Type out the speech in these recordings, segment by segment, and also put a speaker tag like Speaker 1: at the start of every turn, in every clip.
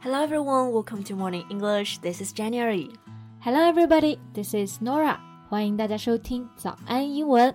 Speaker 1: Hello everyone, welcome to Morning English. This is January.
Speaker 2: Hello, everybody. This is Nora. 欢迎大家收听早安英文。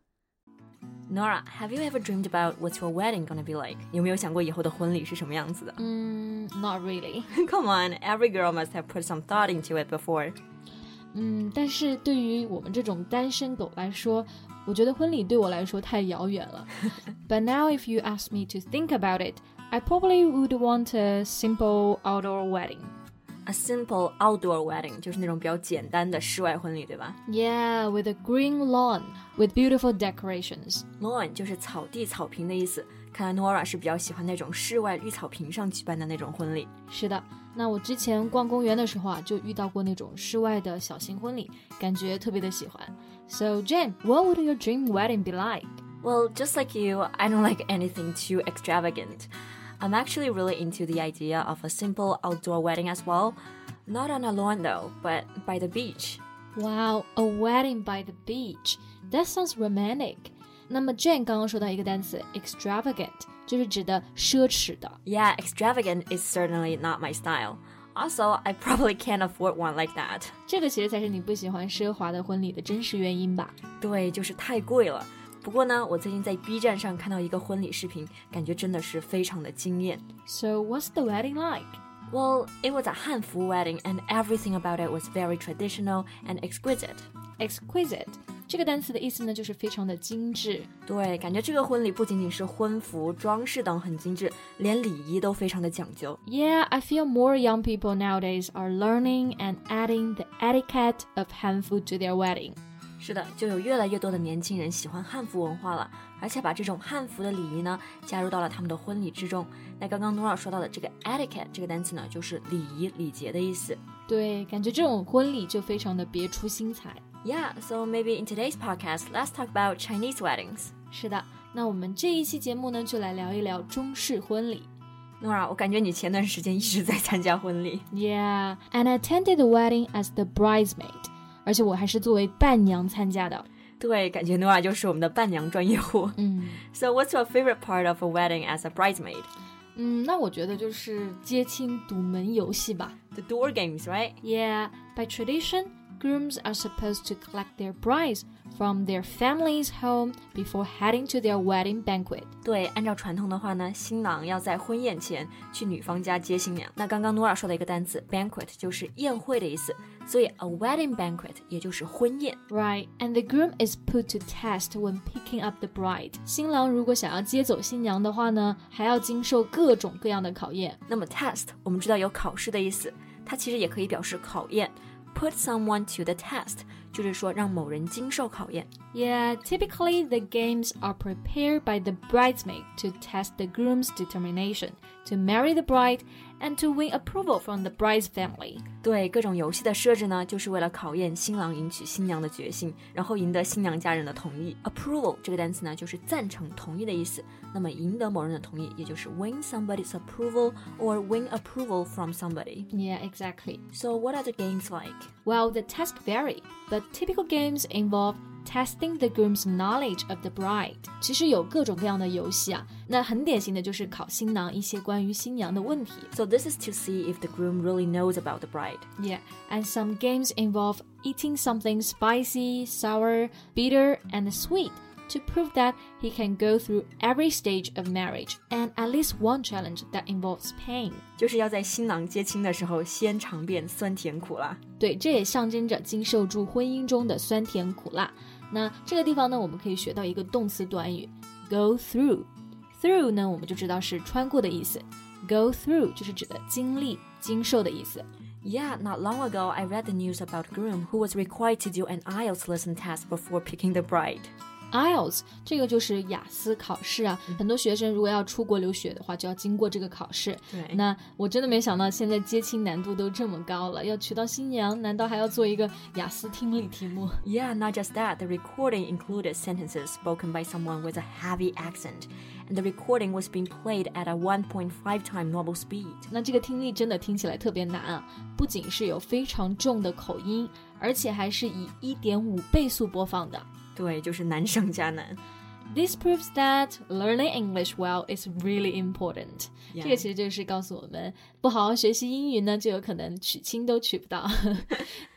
Speaker 1: Nora, have you ever dreamed about what's your wedding gonna be like? 有没有想过以后的婚礼是什么样子的
Speaker 2: 嗯，Not Mm, really。
Speaker 1: ？Come on, every girl must have put some thought into it before.
Speaker 2: 嗯，但是对于我们这种单身狗来说，我觉得婚礼对我来说太遥远 了。But now, if you ask me to think about it, I probably would want a simple outdoor wedding.
Speaker 1: A simple outdoor wedding 就是那种比较简单的室外婚礼，对吧
Speaker 2: Yeah, with a green lawn, with beautiful decorations.
Speaker 1: ？Lawn 就是草地、草坪的意思。看来 Nora 是比较喜欢那种室外绿草坪上举办的那种婚礼。
Speaker 2: 是的，那我之前逛公园的时候啊，就遇到过那种室外的小型婚礼，感觉特别的喜欢。So Jane, what would your dream wedding be like?
Speaker 1: Well, just like you, I don't like anything too extravagant. I'm actually really into the idea of a simple outdoor wedding as well. Not on a lawn though, but by the beach.
Speaker 2: Wow, a wedding by the beach. That sounds romantic. 那么 Jane 刚刚说到一个单词 extravagant，就是指的奢侈的。
Speaker 1: Yeah, extravagant is certainly not my style. Also, I probably can't afford one like that.
Speaker 2: 这个其实才是你不喜欢奢华的婚礼的真实原因吧？
Speaker 1: 对，就是太贵了。不过呢，我最近在 B 站上看到一个婚礼视频，感觉真的是非常的惊艳。
Speaker 2: So what's the wedding like?
Speaker 1: Well, it was a Hanfu wedding, and everything about it was very traditional and exquisite.
Speaker 2: Exquisite 这个单词的意思呢，就是非常的精致。
Speaker 1: 对，感觉这个婚礼不仅仅是婚服、装饰等很精致，连礼仪都非常的讲究。
Speaker 2: Yeah, I feel more young people nowadays are learning and adding the etiquette of Hanfu to their wedding.
Speaker 1: 是的，就有越来越多的年轻人喜欢汉服文化了，而且把这种汉服的礼仪呢，加入到了他们的婚礼之中。那刚刚 Nora 说到的这个 etiquette 这个单词呢，就是礼仪、礼节的意思。
Speaker 2: 对，感觉这种婚礼就非常的别出心裁。
Speaker 1: Yeah, so maybe in today's podcast, let's talk about Chinese weddings.
Speaker 2: 是的，那我们这一期节目呢，就来聊一聊中式婚礼。
Speaker 1: Nora，我感觉你前段时间一直在参加婚礼。
Speaker 2: Yeah, and I attended the wedding as the bridesmaid，而且我还是作为伴娘参加的。
Speaker 1: 对，感觉 Nora 就是我们的伴娘专业户。
Speaker 2: 嗯
Speaker 1: So what's your favorite part of a wedding as a bridesmaid?
Speaker 2: 嗯，那我觉得就是接亲堵门游戏吧。
Speaker 1: The door games, right?
Speaker 2: Yeah, by tradition, grooms are supposed to collect their brides from their family's home before heading to their wedding banquet.
Speaker 1: 对，按照传统的话呢，新郎要在婚宴前去女方家接新娘。那刚刚 Nora 说的一个单词 banquet 就是宴会的意思，所以 a wedding banquet 也就是婚宴。
Speaker 2: Right, and the groom is put to test when picking up the bride. 新郎如果想要接走新娘的话呢，还要经受各种各样的考验。
Speaker 1: 那么 test 我们知道有考试的意思，它其实也可以表示考验。Put someone to the test 就是说让某人经受考验。
Speaker 2: Yeah, typically the games are prepared by the bridesmaid to test the groom's determination to marry the bride and to win approval from the bride's family.
Speaker 1: 对，各种游戏的设置呢，就是为了考验新郎迎娶新娘的决心，然后赢得新娘家人的同意。Approval 这个单词呢，就是赞成、同意的意思。那么赢得某人的同意，也就是 win somebody's approval or win approval from somebody。
Speaker 2: Yeah, exactly.
Speaker 1: So what are the games like?
Speaker 2: Well, the tests vary, but typical games involve testing the groom's knowledge of the bride. 其实有各种各样的游戏啊，那很典型的就是考新郎一些关于新娘的问题。
Speaker 1: So this is to see if the groom really knows about the bride.
Speaker 2: Yeah, and some games involve eating something spicy, sour, bitter, and sweet to prove that he can go through every stage of marriage and at least one challenge that involves pain.
Speaker 1: 就是要在新郎接亲的时候，先尝遍酸甜苦辣。
Speaker 2: 对，这也象征着经受住婚姻中的酸甜苦辣。那这个地方呢，我们可以学到一个动词短语 go through。through 呢，我们就知道是穿过的意思，go through 就是指的经历、经受的意思。
Speaker 1: Yeah, not long ago, I read the news about a groom who was required to do an IELTS lesson test before picking the bride.
Speaker 2: IELTS 这个就是雅思考试啊，很多学生如果要出国留学的话，就要经过这个考试。
Speaker 1: 对，
Speaker 2: 那我真的没想到现在接亲难度都这么高了，要娶到新娘，难道还要做一个雅思听力题目？
Speaker 1: Yeah, not just that, the recording included sentences spoken by someone with a heavy accent, and the recording was being played at a 1.5 time normal speed.
Speaker 2: 那这个听力真的听起来特别难啊！不仅是有非常重的口音，而且还是以一点五倍速播放的。
Speaker 1: 对，就是难上加难。
Speaker 2: This proves that learning English well is really important。
Speaker 1: Yeah.
Speaker 2: 这个其实就是告诉我们，不好好学习英语呢，就有可能娶亲都娶不到。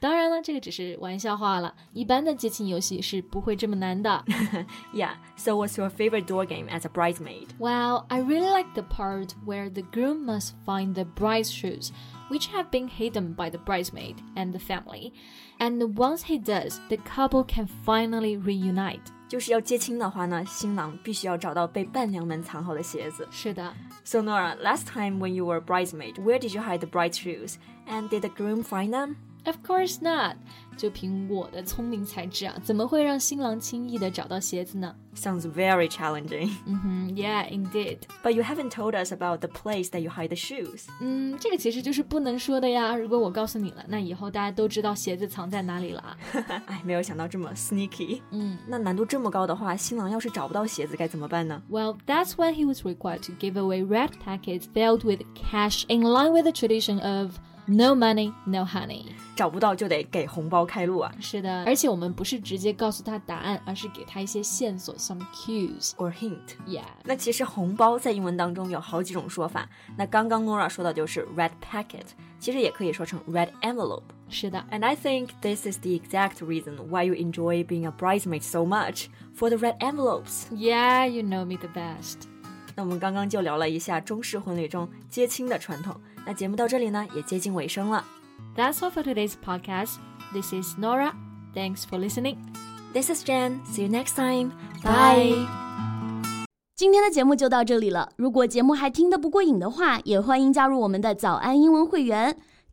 Speaker 2: 当然了，这个只是玩笑话了，一般的接亲游戏是不会这么难的。
Speaker 1: Yeah, so what's your favorite door game as a bridesmaid?
Speaker 2: Well, I really like the part where the groom must find the bride's shoes, which have been hidden by the bridesmaid and the family. And once he does, the couple can finally reunite.
Speaker 1: 就是要接亲的话呢，新郎必须要找到被伴娘们藏好的鞋子。
Speaker 2: 是的，
Speaker 1: So Nora, last time when you were a bridesmaid, where did you hide the bride's shoes? And did the groom find them?
Speaker 2: Of course not. 就凭我的聪明才智啊，怎么会让新郎轻易的找到鞋子呢？
Speaker 1: Sounds very challenging.
Speaker 2: 嗯哼，Yeah, indeed.
Speaker 1: But you haven't told us about the place that you hide the shoes.
Speaker 2: 嗯，这个其实就是不能说的呀。如果我告诉你了，那以后大家都知道鞋子藏在哪里了啊。
Speaker 1: 哎，没有想到这么 sneaky。
Speaker 2: 嗯
Speaker 1: 那难度这么高的话，新郎要是找不到鞋子该怎么办呢？
Speaker 2: Well, that's when he was required to give away red packets filled with cash in line with the tradition of no money, no honey.
Speaker 1: 找不到就得给红包开路啊
Speaker 2: 是的，而且我们不是直接告诉他答案，而是给他一些线索，some cues.
Speaker 1: ，or hint。
Speaker 2: Yeah.
Speaker 1: 那其实红包在英文当中有好几种说法。那刚刚 Nora 说到就是 red packet，其实也可以说成 red envelope。
Speaker 2: 是的，
Speaker 1: And I think this is the exact reason why you enjoy being a bridesmaid so much for the red envelopes。
Speaker 2: Yeah, you know me the best.
Speaker 1: 那我们刚刚就聊了一下中式婚礼中接亲的传统。那节目到这里呢也接近尾声了。
Speaker 2: That's all for today's podcast. This is Nora. Thanks for listening.
Speaker 1: This is Jen. See you next time.
Speaker 2: Bye.
Speaker 3: 今天的节目就到这里了。如果节目还听得不过瘾的话，也欢迎加入我们的早安英文会员。